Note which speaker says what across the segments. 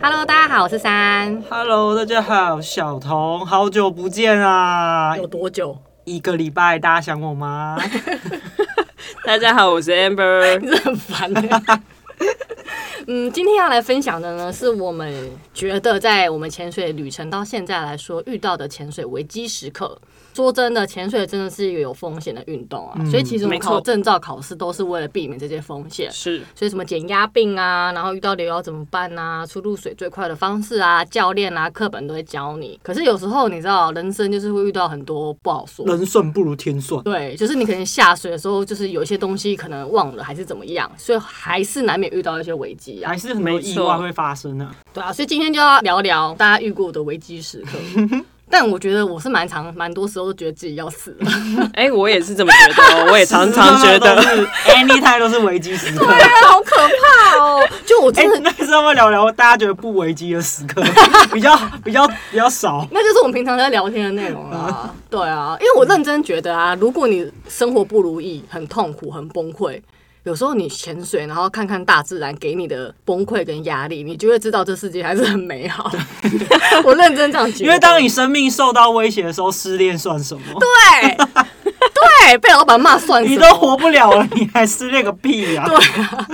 Speaker 1: Hello，大家好，我是三。
Speaker 2: Hello，大家好，小童，好久不见啊！
Speaker 3: 有多久？
Speaker 2: 一个礼拜，大家想我吗？
Speaker 4: 大家好，我是 Amber。
Speaker 3: 真的很烦、欸。
Speaker 1: 嗯，今天要来分享的呢，是我们觉得在我们潜水旅程到现在来说遇到的潜水危机时刻。说真的，潜水真的是一个有风险的运动啊，
Speaker 2: 嗯
Speaker 1: 所以其实我们
Speaker 4: 没错
Speaker 1: 考证照考试都是为了避免这些风险。
Speaker 4: 是
Speaker 1: 所以什么减压病啊，然后遇到流妖怎么办啊，出入水最快的方式啊，教练啊，课本都会教你。可是有时候你知道，人生就是会遇到很多不好说的
Speaker 2: 人算不如天算，
Speaker 1: 对，就是你可能下水的时候，就是有一些东西可能忘了还是怎么样，所以还是难免遇到一些危机啊
Speaker 2: 还。是很多意外会发生啊。
Speaker 1: 对啊，所以今天就要聊聊大家遇过的危机时刻。 但我觉得我是蛮长蛮多时候都觉得自己要死了，
Speaker 4: 哎、我也是这么觉得、哦，我也常常觉
Speaker 2: 都
Speaker 4: 得。
Speaker 2: 是 anytime 都是危机时刻。
Speaker 1: 好可怕哦！啊 就我
Speaker 2: 哎、
Speaker 1: 真的，
Speaker 2: 那是要不要聊聊大家觉得不危机的 时刻？比较比较比较少。
Speaker 1: 那就是我们平常在聊天的内 容啦。对啊，因为我认真觉得啊，如果你生活不如意、很痛苦、很崩溃，有时候你潜水，然后看看大自然给你的崩溃跟压力，你就会知道这世界还是很美 好。我认真这样觉得，
Speaker 2: 因为当你生命受到威胁的时候，失恋算什么？
Speaker 1: 对对，被老板骂算什么
Speaker 2: 你都活不了了，你还失恋个屁呀、啊！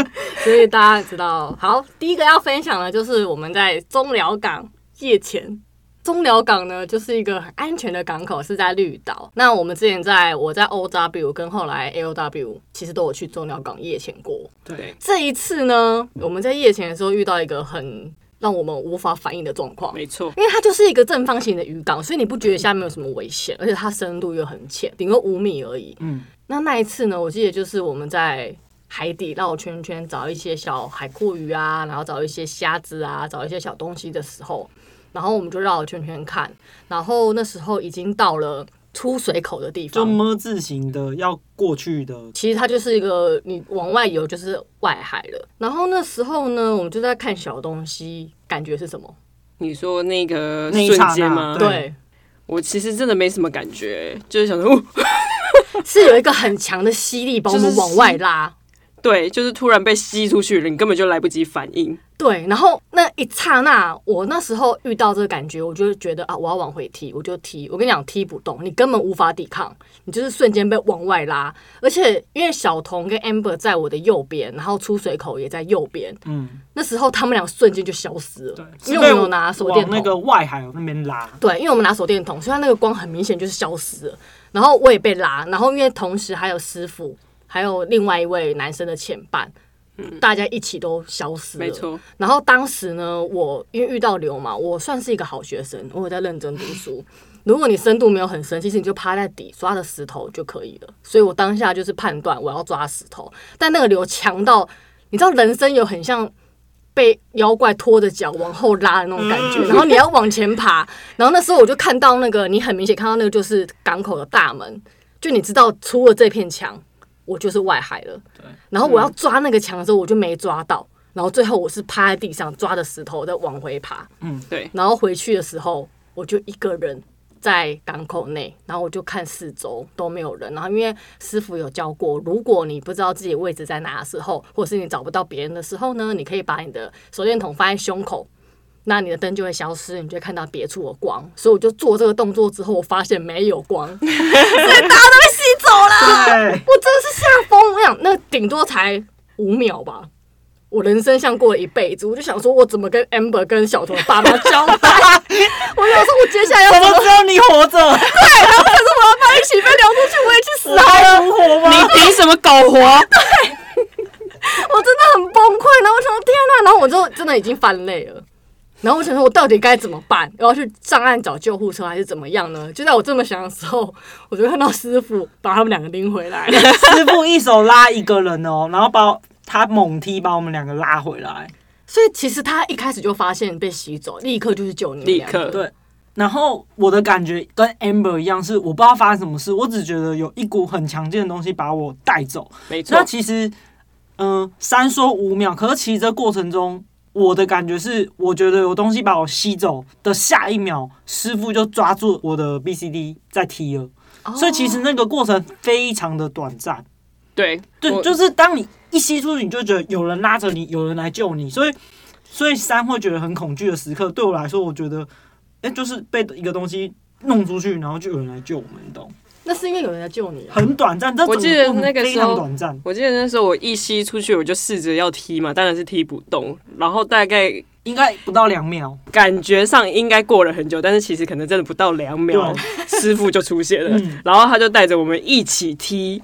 Speaker 1: 所以大家知道，好，第一个要分享的就是我们在中寮港夜潜。中寮港呢，就是一个很安全的港口，是在绿岛。那我们之前在我在 OW 跟后来 LW，其实都有去中寮港夜潜过。
Speaker 4: 对，
Speaker 1: 这一次呢，我们在夜潜的时候遇到一个很让我们无法反应的状况，
Speaker 4: 没错，
Speaker 1: 因为它就是一个正方形的渔港，所以你不觉得下面有什么危险，而且它深度又很浅，顶多五米而已。
Speaker 2: 嗯，
Speaker 1: 那那一次呢，我记得就是我们在海底绕圈圈，找一些小海阔鱼啊，然后找一些虾子啊，找一些小东西的时候，然后我们就绕了圈圈看，然后那时候已经到了出水口的地
Speaker 2: 就
Speaker 1: 方。
Speaker 2: 么字形的要过去的，
Speaker 1: 其实它就是一个你往外游就是外海了。然后那时候呢，我们就在看小东西，感觉是什么？
Speaker 4: 你说那个
Speaker 2: 那一刹那
Speaker 4: 瞬间吗？
Speaker 2: 对
Speaker 1: 对，
Speaker 4: 我其实真的没什么感觉，就是想说，哦，
Speaker 1: 是有一个很强的吸力把我们往外拉。
Speaker 4: 对，就是突然被吸出去了，你根本就来不及反应。
Speaker 1: 对，然后那一刹那，我那时候遇到这个感觉，我就觉得啊，我要往回踢，我就踢。我跟你讲，踢不动，你根本无法抵抗，你就是瞬间被往外拉。而且因为小童跟 Amber 在我的右边，然后出水口也在右边，
Speaker 2: 嗯，
Speaker 1: 那时候他们俩瞬间就消失了，因为我
Speaker 2: 是被
Speaker 1: 们有拿手电
Speaker 2: 往那
Speaker 1: 筒。
Speaker 2: 个外海那边拉。
Speaker 1: 对，因为我们拿手电筒，所以它那个光很明显就是消失了。然后我也被拉，然后因为同时还有师傅，还有另外一位男生的前伴，
Speaker 2: 嗯
Speaker 1: 大家一起都消失了。
Speaker 4: 没错，
Speaker 1: 然后当时呢，我因为遇到流嘛，我算是一个好学生，我有在认真读书。如果你深度没有很深，其实你就趴在底抓着石头就可以了。所以我当下就是判断我要抓石头，但那个流强到，你知道人生有很像被妖怪拖着脚往后拉的那种感觉，然后你要往前爬。然后那时候我就看到那个，你很明显看到那个就是港口的大门，就你知道出了这片墙，我就是外海了。然后我要抓那个墙的时候，我就没抓到。然后最后我是趴在地上抓着石头再往回爬，
Speaker 4: 对，
Speaker 1: 然后回去的时候我就一个人在港口内，然后我就看四周都没有人。然后因为师傅有教过，如果你不知道自己的位置在哪的时候，或者是你找不到别人的时候呢，你可以把你的手电筒放在胸口。那你的灯就会消失，你就会看到别处的光。所以我就做这个动作之后，我发现没有光，所以大家都被吸走了。
Speaker 2: 对，
Speaker 1: 我真的是吓疯！我想，那顶多才五秒吧。我人生像过了一辈子，我就想说，我怎么跟 Amber 跟小童爸妈交代？我想说，我接下来要
Speaker 2: 怎
Speaker 1: 怎么？
Speaker 2: 么只有你活
Speaker 1: 可
Speaker 2: 着？
Speaker 1: 是我要把一起被流出去，我也去 死好了！
Speaker 2: 还能活吗？
Speaker 4: 你凭什么苟活？
Speaker 1: 我真的很崩溃。然后我想说，天哪、然后我就真的已经翻累了。然后我想说，我到底该怎么办？我要去上岸找救护车，还是怎么样呢？就在我这么想的时候，我就看到师傅把他们两个拎回来了。
Speaker 2: 师傅一手拉一个人哦，然后把他猛踢，把我们两个拉回来。
Speaker 1: 所以其实他一开始就发现被吸走，立刻就去救你们
Speaker 4: 立
Speaker 1: 两个
Speaker 4: 刻
Speaker 2: 对，然后我的感觉跟 Amber 一样，是我不知道发生什么事，我只觉得有一股很强劲的东西把我带走。
Speaker 4: 没错
Speaker 2: 那，其实，嗯、三说五秒，可是其实这过程中，我的感觉是，我觉得有东西把我吸走的下一秒，师傅就抓住我的 B C D 在踢了。所以
Speaker 1: 哦
Speaker 2: 其
Speaker 4: 哦
Speaker 2: 实那个过程非常的短暂。
Speaker 4: 对，
Speaker 2: 对，
Speaker 4: 我
Speaker 2: 就是当你一吸出去，你就觉得有人拉着你，有人来救你，所以所以三会觉得很恐惧的时刻，对我来说，我觉得，哎、就是被一个东西弄出去，然后就有人来救我们，你懂？
Speaker 1: 那是因为有人在救你啊。
Speaker 2: 很短暂，但
Speaker 4: 我记得那个
Speaker 2: 非
Speaker 4: 时
Speaker 2: 常
Speaker 4: 候
Speaker 2: 短暂。
Speaker 4: 我记得那时候我一吸出去，我就试着要踢嘛，当然是踢不动。然后大概
Speaker 2: 应该不到两秒，
Speaker 4: 感觉上应该过了很久，但是其实可能真的不到两秒，师傅就出现了，
Speaker 2: 嗯
Speaker 4: 然后他就带着我们一起踢，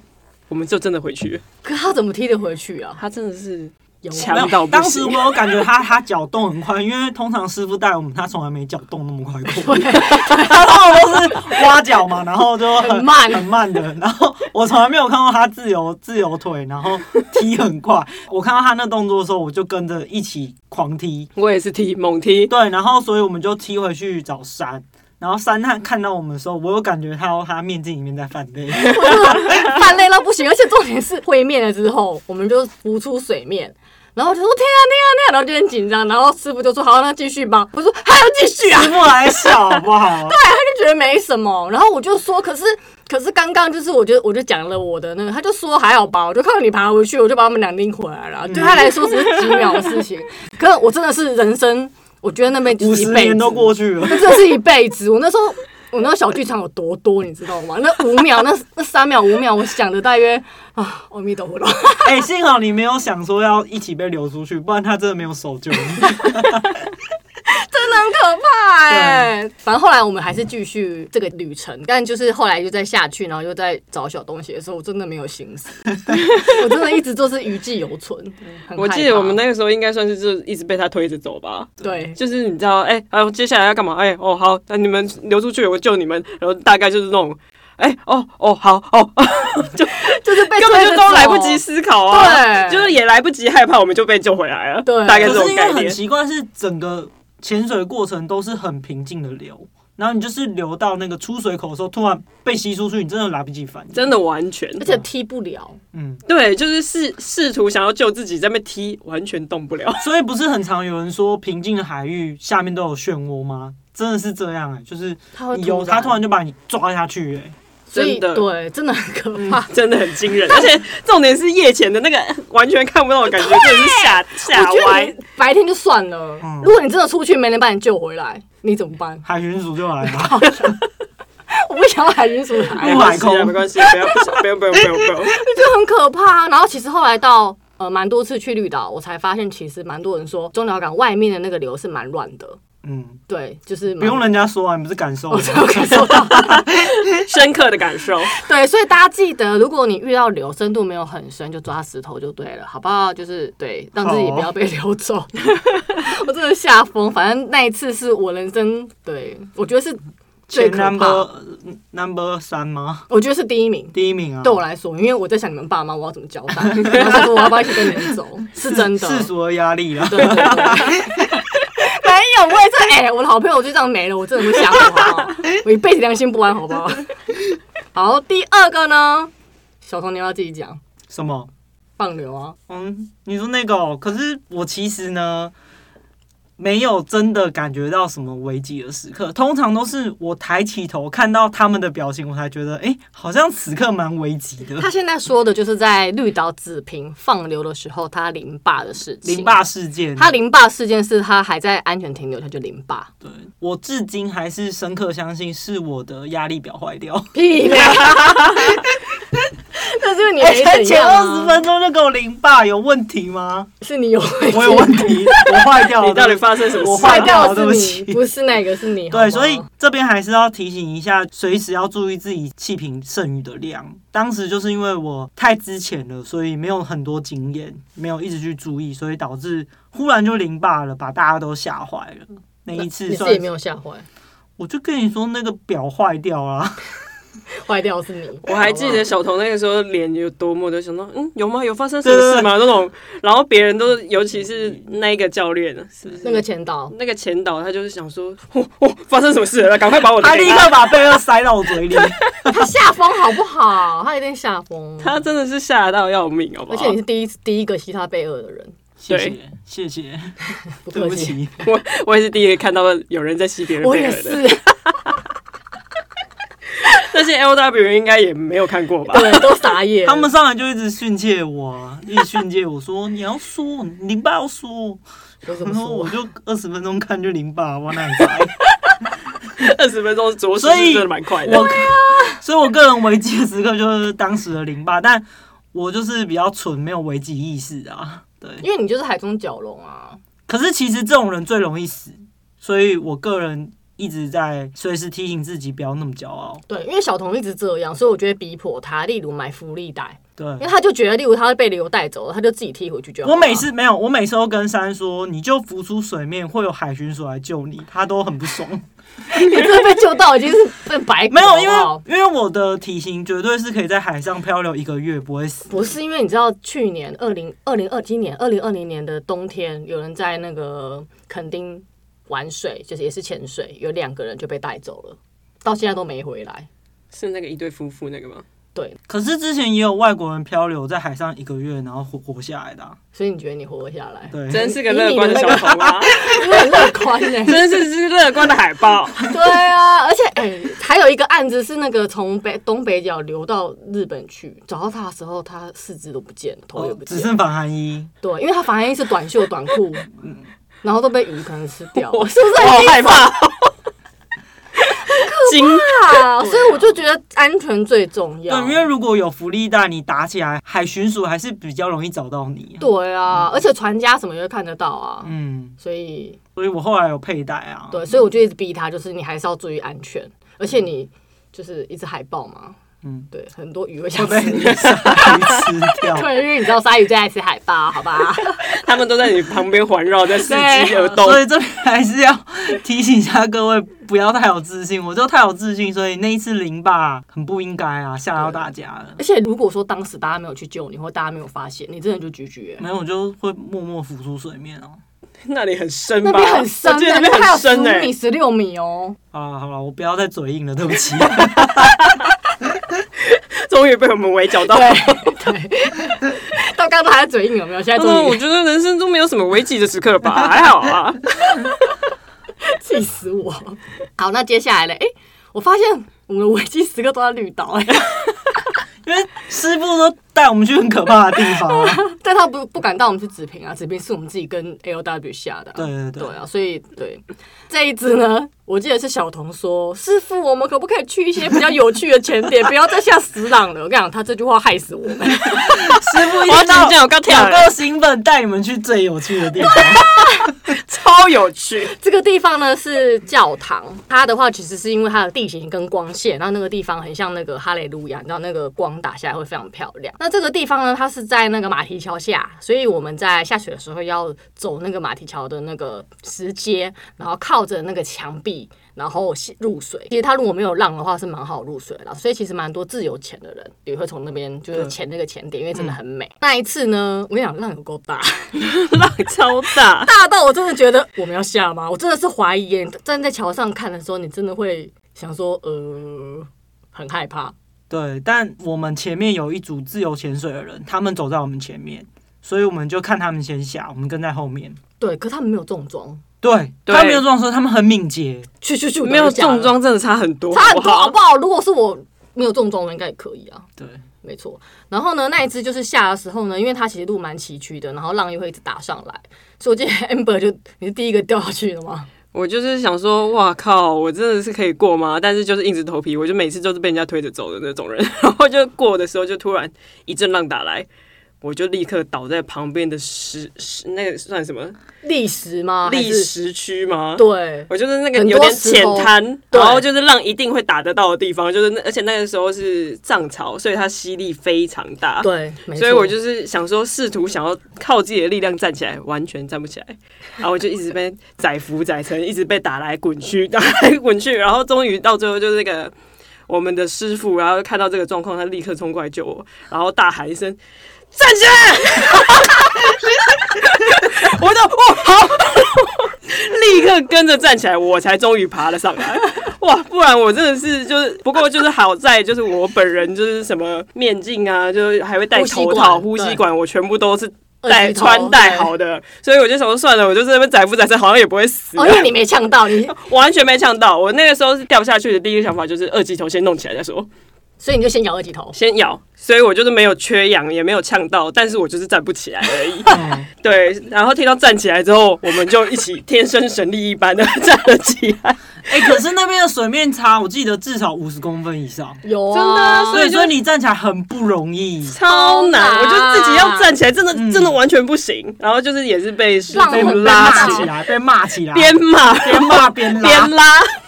Speaker 4: 我们就真的回去了。
Speaker 1: 可他怎么踢得回去啊？
Speaker 4: 他真的是
Speaker 1: 有
Speaker 4: 强
Speaker 1: 啊
Speaker 2: 没
Speaker 4: 凉到
Speaker 2: 有。
Speaker 4: 不行
Speaker 2: 当时我有感觉他他脚动很快，因为通常师傅带我们，他从来没脚动那么快 过， 他通常都是挖脚嘛，然后就
Speaker 1: 很慢
Speaker 2: 很慢的。然后我从来没有看过他自由自由腿，然后踢很快。我看到他那动作的时候，我就跟着一起狂踢。
Speaker 4: 我也是踢猛踢，
Speaker 2: 对，然后所以我们就踢回去找山。然后山他看到我们的时候，我有感觉他他面镜里面在泛 泪，
Speaker 1: 哎饭累到不行，而且重点是会面了之后，我们就浮出水面，然后就说天啊天啊天啊，然后就很紧张，然后师傅就说好，那继续吧。我说还要继续啊，
Speaker 2: 师傅来笑好不好？
Speaker 1: 就觉得没什么，然后我就说可是。可是刚刚就是，我就我就讲了我的那个，他就说还好吧，我就看到你爬回去，我就把他们俩拎回来 了。对他来说只是几秒的事情，可是我真的是人生，我觉得那边就
Speaker 2: 五
Speaker 1: 是一
Speaker 2: 十
Speaker 1: 辈
Speaker 2: 年
Speaker 1: 子，
Speaker 2: 都过去了。
Speaker 1: 那真的是一辈子。我那时候，我那个小剧场有多多，你知道吗？那五秒，那那三秒五秒，我想的大约啊，阿弥陀 佛。
Speaker 2: 哎、幸好你没有想说要一起被流出去，不然他真的没有手 救你。
Speaker 1: 真的很可怕哎、
Speaker 4: 欸
Speaker 1: 反正后来我们还是继续这个旅程，但就是后来又再下去，然后又在找小东西的时候，我真的没有心 思，我真的一直都是余悸犹存。很害怕
Speaker 4: 我记得我们那个时候应该算是就一直被他推着走吧。
Speaker 1: 对，
Speaker 4: 就是你知道，哎、啊，接下来要干嘛？哎、哦，好，那你们流出去，我救你们。然后大概就是那种，哎、哦，哦，好，哦，
Speaker 1: 哎就是被
Speaker 4: 根本就
Speaker 1: 推着走
Speaker 4: 都来不及思考啊，
Speaker 1: 对
Speaker 4: 就是也来不及害怕，我们就被救回来了，
Speaker 1: 对
Speaker 4: 大概
Speaker 2: 可
Speaker 4: 这
Speaker 2: 是
Speaker 4: 种
Speaker 2: 因为
Speaker 4: 概
Speaker 2: 很
Speaker 4: 念。
Speaker 2: 奇怪，是整个潜水的过程都是很平静的流，然后你就是流到那个出水口的时候，突然被吸出去，你真的来不及反应。
Speaker 4: 真的完全，
Speaker 1: 而且踢不了，
Speaker 2: 嗯，
Speaker 4: 对，就是试试图想要救自己，在那边踢，完全动不了。
Speaker 2: 所以不是很常有人说平静的海域下面都有漩涡吗？真的是这样哎、就是
Speaker 1: 他会
Speaker 2: 你游，他突然就把你抓下去哎、
Speaker 1: 所以
Speaker 4: 真的嗯
Speaker 1: 对，真的很可怕。
Speaker 4: 真的很惊人，而且重点是夜前的那个完全看不到，感觉真的是吓吓
Speaker 1: 我觉得
Speaker 4: 歪
Speaker 1: 你。白天就算了，
Speaker 2: 嗯？
Speaker 1: 如果你真的出去没人把你救回来，你怎么办
Speaker 2: 海巡署就来了。
Speaker 1: 我不想要海军署 来。
Speaker 4: 没关系啊没关系，不要不要不要不要不要。
Speaker 1: 就很可怕、啊。然后其实后来到呃蛮多次去绿岛，我才发现其实蛮多人说中寮港外面的那个流是蛮乱的，
Speaker 2: 嗯，
Speaker 1: 对，就是
Speaker 2: 不用
Speaker 1: 了。
Speaker 2: 人家说啊，你不是感受
Speaker 1: 我
Speaker 2: 的
Speaker 1: 只有感受到，
Speaker 4: 深刻的感受，
Speaker 1: 对，所以大家记得，如果你遇到流深度没有很深，就抓石头就对了，好不好？就是对，让自己
Speaker 2: 好哦
Speaker 1: 不要被 流走。我真的吓疯，反正那一次是我人生，对我觉得是最
Speaker 2: 前
Speaker 1: 可怕，
Speaker 2: number 呃 number 三吗？
Speaker 1: 我觉得是第一名。
Speaker 2: 第一名啊，
Speaker 1: 对我来说，因为我在想你们爸妈，我要怎么交代？ 然后他说我要不要一起跟你们 走？是真的，
Speaker 2: 世俗的压力啊啦。
Speaker 1: 对对对， 没有，我也是哎、我的好朋友就这样没了，我真的不想好不好？ 我一辈子良心不安，好不 好？好，第二个呢，小童你要自己讲
Speaker 2: 什么？
Speaker 1: 放流啊，
Speaker 2: 嗯，你说那个、哦，可是我其实呢，没有真的感觉到什么危急的时刻，通常都是我抬起头看到他们的表情，我才觉得，哎、好像此刻蛮危急的。
Speaker 1: 他现在说的就是在绿岛子平放流的时候，他淋坝的事情。
Speaker 2: 淋，巴事件，
Speaker 1: 他淋坝事件是他还在安全停留，他就淋坝。
Speaker 2: 对我至今还是深刻相信是我的压力表 坏掉。
Speaker 1: 屁啦！那是你没
Speaker 2: 才
Speaker 1: 怎
Speaker 2: 哎前
Speaker 1: 样、
Speaker 2: 二十
Speaker 1: 啊，
Speaker 2: 分钟就给我淋巴，有问题吗？
Speaker 1: 是你有问题
Speaker 2: 我有问题，我坏 掉了。
Speaker 4: 你到底发生什么
Speaker 2: 我
Speaker 4: 事
Speaker 2: 坏
Speaker 1: 坏
Speaker 4: 啊？
Speaker 1: 掉
Speaker 2: 对不
Speaker 1: 的是
Speaker 2: 起
Speaker 1: 你，不是那个是你。好
Speaker 2: 对，
Speaker 1: 吗
Speaker 2: 所以这边还是要提醒一下，随时要注意自己气瓶剩余的量。当时就是因为我太之前了，所以没有很多经验，没有一直去注意，所以导致忽然就淋坝了，把大家都吓坏了。嗯那一次
Speaker 1: 你自
Speaker 2: 算
Speaker 1: 己
Speaker 2: 是，
Speaker 1: 没有吓坏。
Speaker 2: 我就跟你说那个表坏掉啊 啦。
Speaker 1: 坏掉是你。
Speaker 4: 我还记得
Speaker 1: 好
Speaker 4: 小童那个时候脸有多么的想到，嗯，有吗？有发生什么事吗？那种，然后别人都，尤其是那一个教练，是不
Speaker 1: 不好
Speaker 4: 是
Speaker 1: 那个前导，
Speaker 4: 那个前导，他就是想说，哦哦，发生什么事了？赶快把我的
Speaker 2: 他
Speaker 4: 给
Speaker 2: 立刻把贝尔塞到我嘴里，
Speaker 1: 他吓疯好不好？他有点吓疯，
Speaker 4: 他真的是吓到要命，好不
Speaker 1: 而
Speaker 4: 好？
Speaker 1: 且你是第一第一个吸他贝尔的人，
Speaker 2: 谢
Speaker 4: 对
Speaker 2: 谢谢谢，
Speaker 1: 不
Speaker 2: 对
Speaker 1: 客
Speaker 2: 不
Speaker 1: 气，
Speaker 2: 起，
Speaker 4: 我我也是第一个看到有人在吸别人
Speaker 1: 我
Speaker 4: 贝
Speaker 1: 也
Speaker 4: 尔的，
Speaker 1: 是，
Speaker 4: 那些 LW 应该也没有看过 吧？
Speaker 1: 对，都傻眼。
Speaker 2: 他们上来就一直训诫我、啊，一直训诫我说你要说，你爸要说。
Speaker 1: 有什
Speaker 2: 然
Speaker 1: 么
Speaker 2: 后我
Speaker 1: 说？
Speaker 2: 就二十分钟看就零八，我哪里猜？
Speaker 4: 二十分钟着实
Speaker 2: 所以
Speaker 4: 是真的蛮快 的
Speaker 2: 我。
Speaker 1: 啊
Speaker 2: 所以我个人危机的时刻就是当时的零八，但我就是比较蠢，没有危机意识啊。对，
Speaker 1: 因为你就是海中蛟龙啊，
Speaker 2: 可是其实这种人最容易死，所以我个人一直在随时提醒自己不要那么骄傲。
Speaker 1: 对，因为小童一直这样，所以我就会逼迫他，例如买福利袋，
Speaker 2: 对
Speaker 1: 因为，他就觉得，例如他会被流带走了，他就自己踢回去就好了。
Speaker 2: 我每次没有，我每次都跟珊说，你就浮出水面，会有海巡署来救你，他都很 不爽。
Speaker 1: 你真的被救到已经是变白骨
Speaker 2: 没有，因
Speaker 1: 好不好
Speaker 2: 为因为我的体型绝对是可以在海上漂流一个月不会死。
Speaker 1: 不是因为你知道，去年二零二零二今年二零二零年的冬天，有人在那个垦丁玩水，就是也是潜水，有两个人就被带走了，到现在都没回来。
Speaker 4: 是那个一对夫妇那个吗？
Speaker 1: 对，
Speaker 2: 可是之前也有外国人漂流在海上一个月，然后活活下来的啊、
Speaker 1: 所以你觉得你活得下来？
Speaker 2: 对，
Speaker 4: 真是个乐观的小童啊！
Speaker 1: 因为很乐观欸呢、
Speaker 4: 真是是乐观的海 报，
Speaker 1: 对啊，而且哎、还有一个案子是那个从北东北角流到日本去，找到他的时候，他四肢都不见了，头也不
Speaker 2: 哦只
Speaker 1: 见
Speaker 2: 剩嗯防寒衣。
Speaker 1: 对，因为他反应是短袖短裤，然后都被鱼可能吃掉了，
Speaker 4: 我
Speaker 1: 是不啊是
Speaker 4: 我好害怕，惊
Speaker 1: 啊？所以我就觉得安全最重要
Speaker 2: 对，。因为如果有福利袋，你打起来，海巡署还是比较容易找到
Speaker 4: 嗯
Speaker 2: 你、啊。
Speaker 1: 对啊，而且船家什么也会看得到啊，
Speaker 2: 嗯，
Speaker 1: 所以
Speaker 2: 所以我后来有佩戴啊。
Speaker 4: 哦
Speaker 1: 对，所以我就一直逼他，就是你还是要注意安全，
Speaker 4: 嗯
Speaker 1: 而且你就是一只海豹嘛，
Speaker 2: 嗯，
Speaker 1: 对，很多鱼会
Speaker 2: 会
Speaker 4: 哦
Speaker 1: 想
Speaker 2: 被
Speaker 1: 吃你。
Speaker 2: 鲨鱼吃掉。
Speaker 1: 对，因为你知道鲨鱼最爱吃海豹，好 吧？
Speaker 4: 他们都在你旁边环绕，在伺机而动。
Speaker 2: 所以这边还是要提醒一下各位，不要太有自信。我就太有自信，所以那一次零吧很不应该啊，吓到大家了。
Speaker 1: 而且如果说当时大家没有去救你，或大家没有发现，你真的就拒绝、
Speaker 4: 嗯
Speaker 2: 没有，我就会默默浮出水面哦、
Speaker 4: 那里很深吧？
Speaker 1: 那边很深、
Speaker 4: 我记
Speaker 1: 欸，
Speaker 4: 得那边
Speaker 1: 边还有
Speaker 4: 很
Speaker 1: 十
Speaker 4: 深
Speaker 1: 五
Speaker 4: 哎、
Speaker 1: 米、十六米 哦、
Speaker 2: 好了好了，我不要再嘴硬了，对不起。
Speaker 4: 终于被我们围剿到。
Speaker 1: 对对，到刚才还在嘴硬有没有？现在
Speaker 4: 嗯，
Speaker 1: 终
Speaker 4: 我
Speaker 1: 于
Speaker 4: 觉得人生中没有什么危机的时刻了吧， 还好啊。
Speaker 1: 气死我！好，那接下来嘞，哎、我发现我们的危机时刻都在绿岛、哎，
Speaker 2: 因为师傅都带我们去很可怕的地方、 啊。
Speaker 1: 但他不不敢带我们去纸屏啊，纸屏是我们自己跟 L W 下的啊、
Speaker 2: 嗯对对对
Speaker 1: 对啊，所以对这一支呢，我记得是小童说：“师傅，我们可不可以去一些比较有趣的潜点，不要再下死浪了？”我跟你讲，他这句话害死我们。
Speaker 2: 师傅一
Speaker 4: 我要
Speaker 2: 听
Speaker 4: 紧张，
Speaker 2: 到
Speaker 4: 我刚跳
Speaker 2: 有
Speaker 4: 了，
Speaker 2: 够兴奋，带你们去最有趣的地 方。
Speaker 4: 超有 趣。
Speaker 1: 这个地方呢是教堂，它的话其实是因为它的地形跟光线，然后那个地方很像那个哈雷路亚，你知道那个光打下来会非常漂亮。那这个地方呢，它是在那个马蹄桥下，所以我们在下雪的时候要走那个马蹄桥的那个石阶，然后靠着那个墙壁。然后入水，其实它如果没有浪的话是蛮好入水的啦，所以其实蛮多自由潜的人也会从那边就是潜那个潜点，因为真的很美。那一次呢，我跟你讲浪有够大，
Speaker 4: 浪超大，
Speaker 1: 大到我真的觉得我们要下吗？我真的是怀疑耶。你站在桥上看的时候，你真的会想说，呃，很害怕。
Speaker 2: 对，但我们前面有一组自由潜水的人，他们走在我们前面，所以我们就看他们先下，我们跟在后面。
Speaker 1: 对，可他们没有重装，
Speaker 2: 对，
Speaker 4: 对
Speaker 2: 他们没有撞车，他们很敏捷。
Speaker 1: 去去去，
Speaker 4: 没有重，装真的差很多，
Speaker 1: 差很多
Speaker 4: 好
Speaker 1: 好
Speaker 4: 不
Speaker 1: 不好？如果是我没有重装，我应该也可以啊。
Speaker 2: 对，
Speaker 1: 没错。然后呢，那一只就是下的时候呢，因为它其实路蛮崎岖的，然后浪又会一直打上来，所以我记得 Amber 就你是第一个掉下去的吗？
Speaker 4: 我就是想说，哇靠，我真的是可以过吗？但是就是硬着头皮，我就每次都是被人家推着走的那种人。 然后就过的时候，就突然一阵浪打来，我就立刻倒在旁边的石石那个算什么
Speaker 1: 砾石吗？还
Speaker 4: 砾
Speaker 1: 是？
Speaker 4: 石区吗？
Speaker 1: 对，
Speaker 4: 我就是那个
Speaker 1: 很多
Speaker 4: 有点
Speaker 1: 石
Speaker 4: 浅
Speaker 1: 头
Speaker 4: 滩，
Speaker 1: 对
Speaker 4: 然后就是浪一定会打得到的地方，就是那而且那个时候是涨潮，所以它吸力非常大。
Speaker 1: 对，没错。
Speaker 4: 所以我就是想说，试图想要靠自己的力量站起来，完全站不起来，然后我就一直被载浮载沉，一直被打来滚去， 打来滚去，然后终于到最后就是那个我们的师傅，然后看到这个状况，他立刻冲过来救我，然后大喊一声“站起来”， 我就哇好， 立刻跟着站起来，我才终于爬了上来。哇，不然我真的是就是，不过就是好在就是我本人就是什么面镜啊，就是还会戴
Speaker 1: 呼吸
Speaker 4: 头
Speaker 1: 管
Speaker 4: 套、呼吸
Speaker 1: 对
Speaker 4: 管，我全部都是带
Speaker 1: 哦
Speaker 4: 穿戴好的，所以我就想说算了，我就在那边载不载，好像也不会死、啊。
Speaker 1: 哦，因为你没呛到你，
Speaker 4: 完全没呛到。我那个时候是掉下去的第一个想法就是二级头先弄起来再说，
Speaker 1: 所以你就先咬二级头。
Speaker 4: 先咬，所以我就是没有缺氧，也没有呛到，但是我就是站不起来而已。
Speaker 2: 哎
Speaker 4: 对，然后听到站起来之后，我们就一起天生神力一般的站了起来。
Speaker 2: 哎、可是那边的水面差，我记得至少五十公分以上，
Speaker 1: 有啊，
Speaker 4: 真的啊所以
Speaker 2: 所以
Speaker 4: 就
Speaker 2: 说你站起来很不容易。
Speaker 4: 超难，
Speaker 1: 超难
Speaker 4: 我就自己要站起来，真的、真的完全不行。然后就是也是被师
Speaker 1: 浪
Speaker 2: 被
Speaker 4: 傅
Speaker 1: 很
Speaker 4: 拉
Speaker 1: 大
Speaker 2: 拉
Speaker 4: 起
Speaker 2: 起来，被骂起来，
Speaker 4: 边骂
Speaker 2: 边骂边拉
Speaker 4: 边。拉，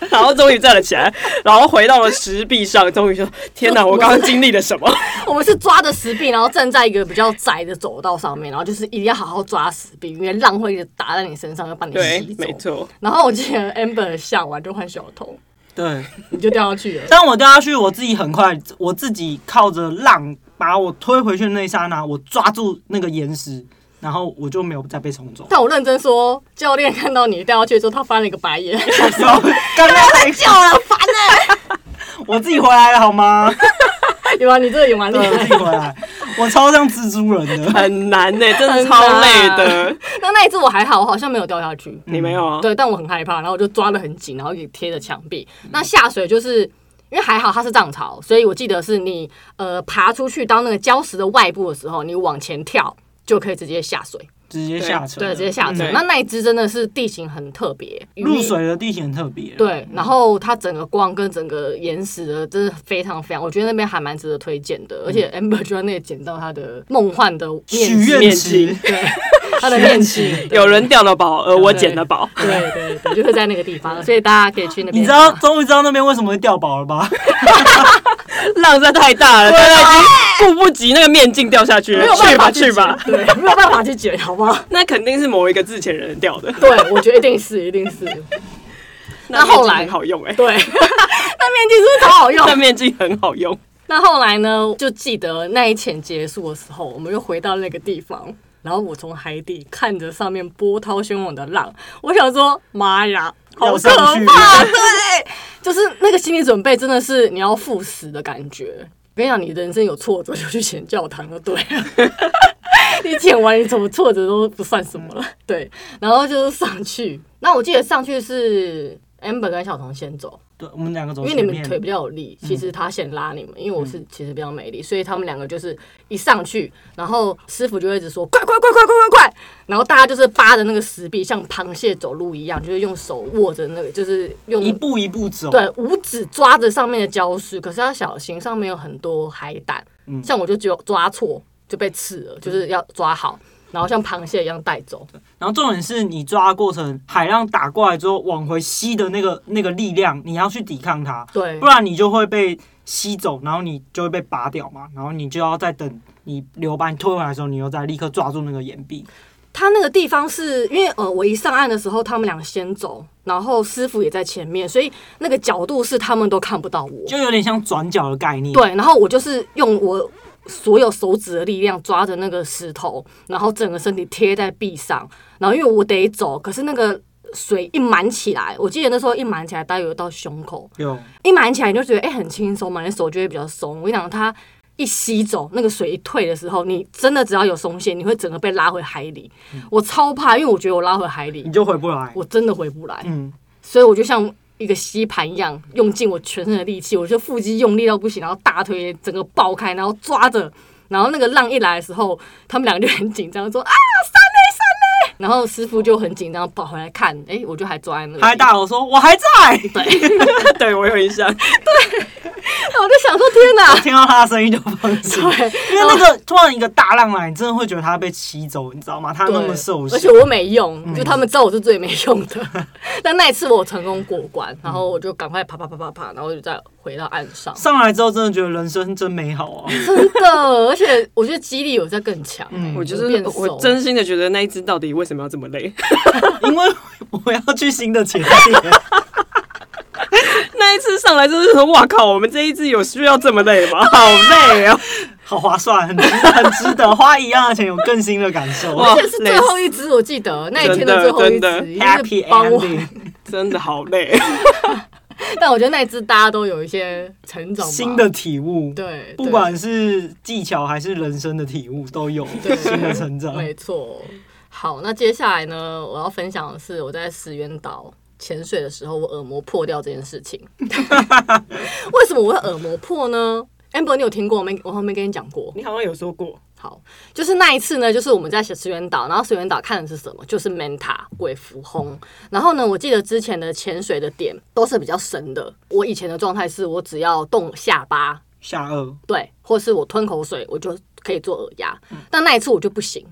Speaker 4: 然后终于站了起来，然后回到了石壁上，终于说：“天哪，我刚刚经历了什么
Speaker 1: 我们是抓着石壁，然后站在一个比较窄的走道上面，然后就是一定要好好抓石壁，因为浪会一直打在你身上，要把？”你
Speaker 4: 对
Speaker 1: 吸，走
Speaker 4: 没。错，
Speaker 1: 然后我记得 Amber 下完就换小头，
Speaker 2: 对，
Speaker 1: 你就掉下去 了。
Speaker 2: 当我掉下去，我自己很快，我自己靠着浪把我推回去的那一刹那，我抓住那个岩石，然后我就没有再被冲 走。
Speaker 1: 但我认真说，教练看到你掉下去之后，他翻了一个白 眼，
Speaker 2: 然后刚刚才
Speaker 1: 救了，烦欸了、
Speaker 2: 我自己回来了好吗？
Speaker 1: 有啊，你这个也蛮厉
Speaker 2: 对，我
Speaker 1: 害
Speaker 2: 自。己回来，我超像蜘蛛人的。
Speaker 4: 很难呢、真的超累的。
Speaker 1: 那那一次我还好，我好像没有掉下去。
Speaker 4: 你没有啊？
Speaker 1: 对，但我很害怕，然后我就抓得很紧，然后也贴着墙壁。
Speaker 2: 嗯
Speaker 1: 那下水就是因为还好它是涨潮，所以我记得是你呃爬出去到那个礁石的外部的时候，你往前跳就可以直接下水，
Speaker 2: 直接下沉，
Speaker 1: 对，直接下水。
Speaker 4: 嗯
Speaker 1: 那那一只真的是地形很特别，鱼
Speaker 2: 入水啊的地形很特别。，
Speaker 1: 对，然后它整个光跟整个岩石的真的非常非常，我觉得那边还蛮值得推荐的。而且 Amber 就在那里捡到他的梦幻的面
Speaker 2: 嗯许
Speaker 1: 积，
Speaker 2: 愿
Speaker 4: 面
Speaker 2: 池
Speaker 4: 积，
Speaker 1: 对，他的面积，对
Speaker 4: 有人掉了宝，而我捡了宝。
Speaker 1: 对对对，就是在那个地方，所以大家可以去那边。
Speaker 2: 你知道，终于知道那边为什么会掉宝了吧？
Speaker 4: 浪实在太大了，大家已经顾不及那个面镜掉下去
Speaker 1: 没
Speaker 4: 了
Speaker 1: 有。
Speaker 4: 去
Speaker 1: 办
Speaker 4: 吧
Speaker 1: 法去
Speaker 4: 去吧，
Speaker 1: 捡，对，没有办法去捡，好不好？
Speaker 4: 那肯定是某一个自潜人掉 的。
Speaker 1: 对，我觉得一定是，一定是。那后来
Speaker 4: 面镜很好用哎、
Speaker 1: 对， 那面镜是不是超好用
Speaker 4: 那？面镜很好用，
Speaker 1: 那后来呢？就记得那一潜结束的时候，我们又回到那个地方，然后我从海底看着上面波涛汹涌的浪，我想说，妈呀，好
Speaker 2: 要
Speaker 1: 可
Speaker 2: 上去
Speaker 1: 怕！对，就是那个心理准备，真的是你要赴死的感觉。我跟你讲，你人生有挫折就去潜教堂就对了。 你潜完，你怎么挫折都不算什么
Speaker 2: 嗯
Speaker 1: 了。对，然后就是上去。那我记得上去是 Amber 跟小童先走，
Speaker 2: 对，我们两个走
Speaker 1: 因为
Speaker 2: 哦前
Speaker 1: 你
Speaker 2: 面，嗯
Speaker 1: 们腿比较有力，其实他先拉你们，因为我是其实比较没力，所以他们两个就是一上去，然后师傅就会一直说快快快快快快快，然后大家就是扒着那个石壁，像螃蟹走路一样，就是用手握着那个，就是用
Speaker 2: 一步一步走。
Speaker 1: 对五指抓着上面的礁石，可是要小心，上面有很多海胆，
Speaker 2: 嗯
Speaker 1: 像我就只有抓错就被刺了，就是要抓好，然后像螃蟹一样带走，
Speaker 2: 然后重点是你抓的过程，海浪打过来之后往回吸的那个那个力量，你要去抵抗它，
Speaker 1: 对
Speaker 2: 不然你就会被吸走，然后你就会被拔掉嘛，然后你就要再等你流把你推回来的时候，你又再立刻抓住那个岩壁。
Speaker 1: 他那个地方是因为呃，我一上岸的时候，他们俩先走，然后师傅也在前面，所以那个角度是他们都看不到我。
Speaker 2: 就有点像转角的概念。，
Speaker 1: 对，然后我就是用我所有手指的力量抓着那个石头，然后整个身体贴在壁上，然后因为我得走，可是那个水一满起来，我记得那时候一满起来大概有到胸口，
Speaker 2: 有
Speaker 1: 一满起来你就觉得哎、很轻松嘛，你手就会比较松。我跟你讲，它一吸走那个水一退的时候，你真的只要有松懈，你会整个被拉回海里。我超怕，因为我觉得我拉回海里
Speaker 2: 嗯你，就回不来。
Speaker 1: 我真的回不来，
Speaker 2: 嗯，
Speaker 1: 所以我就像。一个吸盘一样，用尽我全身的力气，我就腹肌用力到不行，然后大腿整个爆开，然后抓着，然后那个浪一来的时候，他们两个就很紧张，说啊三嘞三嘞，然后师傅就很紧张跑回来看，哎、我就还抓在那里，
Speaker 2: 他还大吼说：“我还在。
Speaker 4: 对我有印象。
Speaker 1: 我就想说天”哪
Speaker 2: 我，听到他的声音就放心，因为那个突然一个大浪来，你真的会觉得他被吸走，你知道吗？他
Speaker 1: 对
Speaker 2: 那么受
Speaker 1: 而且
Speaker 2: 伤。。
Speaker 1: 我没用，就他们知道我是最没用的。 但那一次我成功过关，然后我就赶快啪啪啪啪啪，然后就再回到岸上
Speaker 2: 上来之后，真的觉得人生真美好啊！
Speaker 1: 真的，而且我觉得肌力有在更强、欸，
Speaker 4: 嗯我就
Speaker 1: 有
Speaker 4: 是
Speaker 1: 变
Speaker 4: 我
Speaker 1: 瘦。
Speaker 4: 真心的觉得那一只到底为什么要这么累？
Speaker 2: 因为我要去新的潜 店，
Speaker 4: 那一次上来就是说，哇靠，我们这一只有需要这么累吗？好累哦！
Speaker 2: 好划算，很值很值得花一样的钱，有更新的感受。
Speaker 4: 哇
Speaker 1: 而且是最后一只，我记得那一天的最后一
Speaker 4: 真的
Speaker 1: 只，一定是
Speaker 2: Happy
Speaker 1: 帮我
Speaker 2: ending，
Speaker 4: 真的好累。
Speaker 1: 但我觉得那一支大家都有一些成长吧，
Speaker 2: 新的体悟，
Speaker 1: 对，
Speaker 2: 不
Speaker 1: 对
Speaker 2: 管是技巧还是人生的体悟，都有
Speaker 1: 对
Speaker 2: 新的成长。
Speaker 1: 没错。好，那接下来呢，我要分享的是我在石原岛潜水的时候，我耳膜破掉这件事情。为什么我会耳膜破呢？amber，你有听过？我没，我还没跟你讲过。
Speaker 4: 你好像有说过，
Speaker 1: 好，就是那一次呢，就是我们在写石原岛，然后石原岛看的是什么？就是 Manta 鬼蝠轰。然后呢，我记得之前的潜水的点都是比较深的。我以前的状态是我只要动下巴，
Speaker 2: 下颚
Speaker 1: 对，或是我吞口水，我就可以做耳压。
Speaker 2: 嗯
Speaker 1: 但那一次我就不行，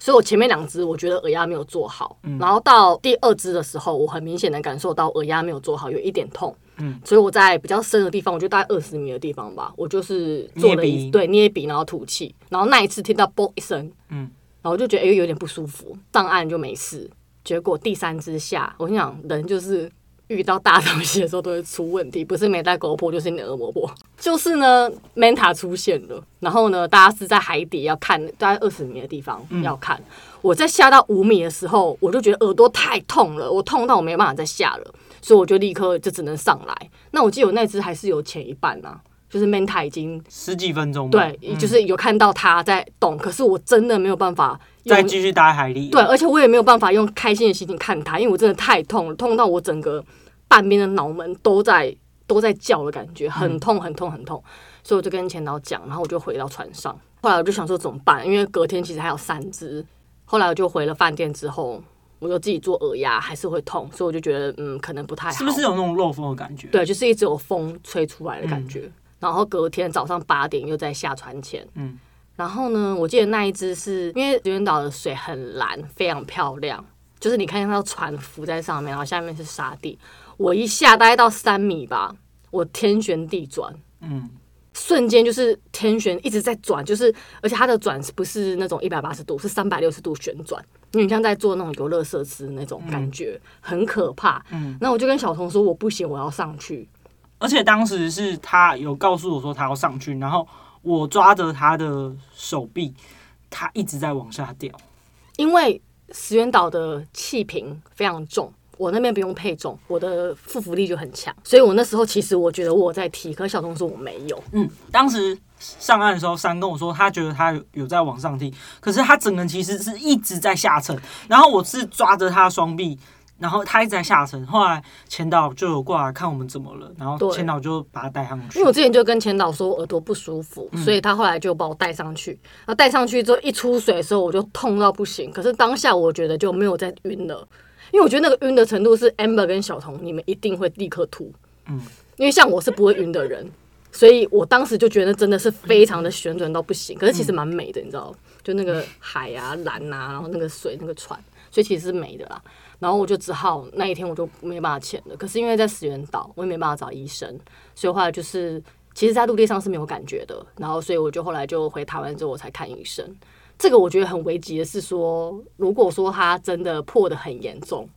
Speaker 1: 所以我前面两只我觉得耳压没有做好，
Speaker 2: 嗯
Speaker 1: 然后到第二只的时候，我很明显的感受到耳压没有做好，有一点痛。
Speaker 2: 嗯
Speaker 1: 所以我在比较深的地方，我就大概二十米的地方吧，我就是做了
Speaker 2: 捏
Speaker 1: 一
Speaker 2: 鼻
Speaker 1: 对捏鼻，然后吐气，然后那一次听到啵一声，
Speaker 2: 嗯
Speaker 1: 然后我就觉得哎、有点不舒服，上岸就没事。结果第三只下，我跟你讲，人就是遇到大东西的时候都会出问题，不是没带狗破，就是你的恶魔破。就是呢，Manta 出现了，然后呢，大家是在海底要看，大概二十米的地方要看。我在下到五米的时候，我就觉得耳朵太痛了，我痛到我没办法再下了，所以我就立刻就只能上来。那我记得我那只还是有前一半啊，就是 Manta 已经
Speaker 2: 十几分钟吧，嗯
Speaker 1: 对，就是有看到它在动，可是我真的没有办法用
Speaker 2: 再继续待在海里。
Speaker 1: 对，，而且我也没有办法用开心的心情看它，因为我真的太痛了，痛到我整个半边的脑门都在都在叫的感
Speaker 2: 嗯
Speaker 1: 觉，很痛很痛很痛。所以我就跟前导讲，然后我就回到船上。后来我就想说怎么办，因为隔天其实还有三只。后来我就回了饭店之后，我就自己做耳压，还是会痛，所以我就觉得嗯，可能不太好。
Speaker 2: 是不是有那种漏风的感觉？，嗯
Speaker 1: 对，就是一直有风吹出来的感觉。然后隔天早上八点又在下船前，
Speaker 2: 嗯
Speaker 1: 然后呢，我记得那一只是因为石原岛的水很蓝，非常漂亮，就是你看见它的船浮在上面，然后下面是沙地。我一下大概到三米吧，我天旋地转，
Speaker 2: 嗯，
Speaker 1: 瞬间就是天旋一直在转，就是而且它的转是不是那种一百八十度，是三百六十度旋转，有点像在做那种游乐设施那种感觉，很可怕。
Speaker 2: 嗯
Speaker 1: 那我就跟小童说，我不行，我要上去。
Speaker 2: 而且当时是他有告诉我说他要上去，然后我抓着他的手臂，他一直在往下掉。
Speaker 1: 因为石原岛的气瓶非常重，我那边不用配重，我的腹浮力就很强，所以我那时候其实我觉得我有在踢，可是小童说我没有，
Speaker 2: 嗯，当时上岸的时候，三跟我说他觉得他有有在往上踢，可是他整个人其实是一直在下沉。然后我是抓着他的双臂，然后他一直在下沉。后来前导就有过来看我们怎么了，然
Speaker 1: 对
Speaker 2: 后前导就把他带上去嗯
Speaker 1: 因为。我之前就跟前导说我耳朵不舒服，所以他后来就把我带上去，然后带上去之后一出水的时候我就痛到不行，可是当下我觉得就没有再晕了，因为我觉得那个晕的程度是 Amber 跟小童你们一定会立刻吐，
Speaker 2: 嗯
Speaker 1: 因为像我是不会晕的人，所以我当时就觉得真的是非常的旋转到不行，可是
Speaker 2: 嗯
Speaker 1: 其实蛮美的，你知道，就那个海啊、蓝啊，然后那个水、那个船，所以其实是美的啦。然后我就只好那一天我就没办法潜了，可是因为在石原岛，我也没办法找医生，所以后来就是其实，在陆地上是没有感觉的。然后，所以我就后来就回台湾之后，我才看医生。这个我觉得很危急的是说，如果说它真的破的很严重，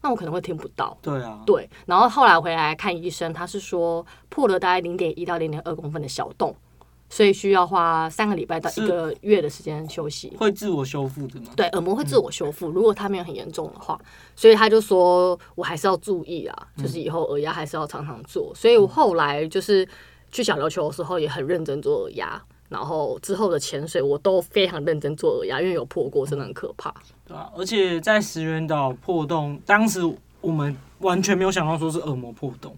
Speaker 1: 那我可能会听不到。
Speaker 2: 对啊，
Speaker 1: 对，然后后来回来看医生，他是说破了大概零点一到零点二公分的小洞，所以需要花三个礼拜到一
Speaker 2: 是
Speaker 1: 个月的时间休息。
Speaker 2: 会自我修复的嘛。
Speaker 1: 对，耳膜会自
Speaker 2: 嗯
Speaker 1: 我修复，如果它没有很严重的话，所以他就说我还是要注意啊，就是
Speaker 2: 嗯
Speaker 1: 以后耳压还是要常常做。所以我后来就是去小琉球的时候也很认真做耳压，然后之后的潜水我都非常认真做耳压，因为有破过，真的很可怕。
Speaker 2: 对啊，而且在石原岛破洞，当时我们完全没有想到说是耳膜破洞，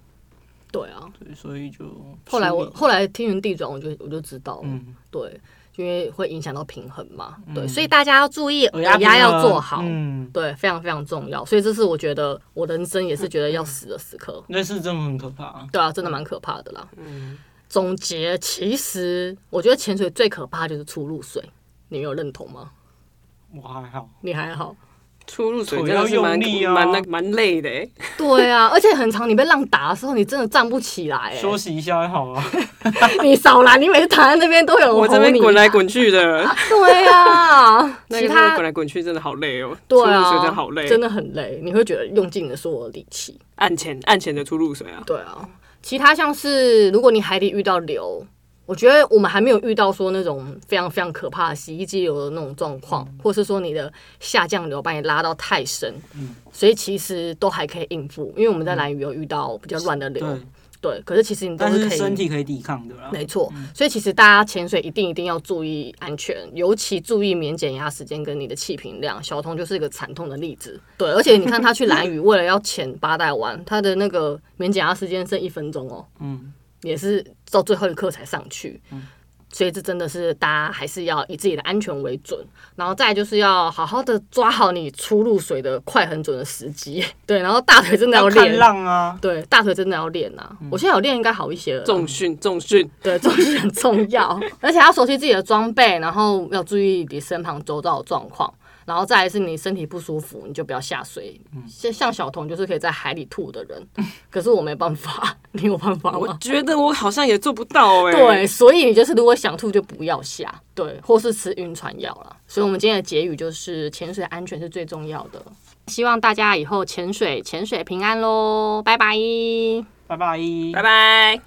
Speaker 1: 对啊，
Speaker 2: 对，所以就
Speaker 1: 后来我
Speaker 2: 处理
Speaker 1: 后来天旋地转，我就我就知道了。
Speaker 2: 嗯，
Speaker 1: 对，因为会影响到平衡嘛，对，所以大家要注意耳
Speaker 2: 耳
Speaker 1: 压
Speaker 2: 压平
Speaker 1: 要
Speaker 2: 衡
Speaker 1: 做好，
Speaker 2: 嗯，
Speaker 1: 对，非常非常重要，所以这是我觉得我人生也是觉得要死的时刻，
Speaker 2: 那是真的很可怕。
Speaker 1: 对啊，真的
Speaker 4: 嗯
Speaker 1: 蛮可怕的啦。总结，其实我觉得潜水最可怕就是出入水，你有认同吗？
Speaker 2: 我还好，
Speaker 1: 你还好，
Speaker 4: 出入水
Speaker 2: 腿
Speaker 4: 真的是
Speaker 2: 要
Speaker 4: 蛮
Speaker 2: 用力啊
Speaker 4: 蛮那蛮累的欸。
Speaker 1: 对啊， 而且很长，你被浪打的时候，你真的站不起来、
Speaker 2: 休息一下还 好啊。
Speaker 1: 欸，你少来，你每次躺在那边都有人
Speaker 4: 我这
Speaker 1: 吼
Speaker 4: 边
Speaker 1: 你
Speaker 4: 滚来，滚去的，
Speaker 1: 对啊，
Speaker 4: 那
Speaker 1: 其
Speaker 4: 个真的
Speaker 1: 他
Speaker 4: 滚来滚去真的好累哦。
Speaker 1: 对
Speaker 4: 出入水
Speaker 1: 啊，
Speaker 4: 真的好累，
Speaker 1: 真的很累，你会觉得用尽了所有的力气。
Speaker 4: 岸前岸前的出入水啊。
Speaker 1: 对啊，其他像是如果你海底遇到流，我我觉得我们还没有遇到说那种非常非常可怕的洗衣机流的那种状况，
Speaker 2: 嗯
Speaker 1: 或是说你的下降流把你拉到太深，
Speaker 2: 嗯
Speaker 1: 所以其实都还可以应付。因为我们在蓝屿有遇到比较乱的流，
Speaker 2: 对，
Speaker 1: 对，可是其实你都
Speaker 2: 但
Speaker 1: 是
Speaker 2: 是
Speaker 1: 可以
Speaker 2: 身体可以抵抗的啦。
Speaker 1: 没错，所以其实大家潜水一定一定要注意安全，尤其注意免减压时间跟你的气瓶量。小童就是一个惨痛的例子。对，而且你看他去蓝屿， 为了要潜八代湾，他的那个免减压时间剩一分钟哦，
Speaker 2: 嗯，
Speaker 1: 也是到最后一刻才上去。所以这真的是大家还是要以自己的安全为准，然后再来就是要好好的抓好你出入水的快很准的时机。 对，然后大腿真的
Speaker 2: 要看
Speaker 1: 练。
Speaker 2: 浪嗯啊，
Speaker 1: 对，大腿真的要练呐、我现在有练，应该好一些了啦。
Speaker 4: 重训重训，
Speaker 1: 对，重视很重要，而且要熟悉自己的装备，然后要注意你身旁周遭的状况，然后再来是你身体不舒服，你就不要下水。像、像小童就是可以在海里吐的人，可是我没办法，你有办法
Speaker 4: 我
Speaker 1: 吗？
Speaker 4: 觉得我好像也做不到哎、
Speaker 1: 对，所以你就是如果想吐就不要下，对，或是吃晕船药了。所以我们今天的结语就是潜水安全是最重要的，希望大家以后潜水潜水平安喽，拜拜。
Speaker 2: 拜拜，拜
Speaker 4: 拜拜。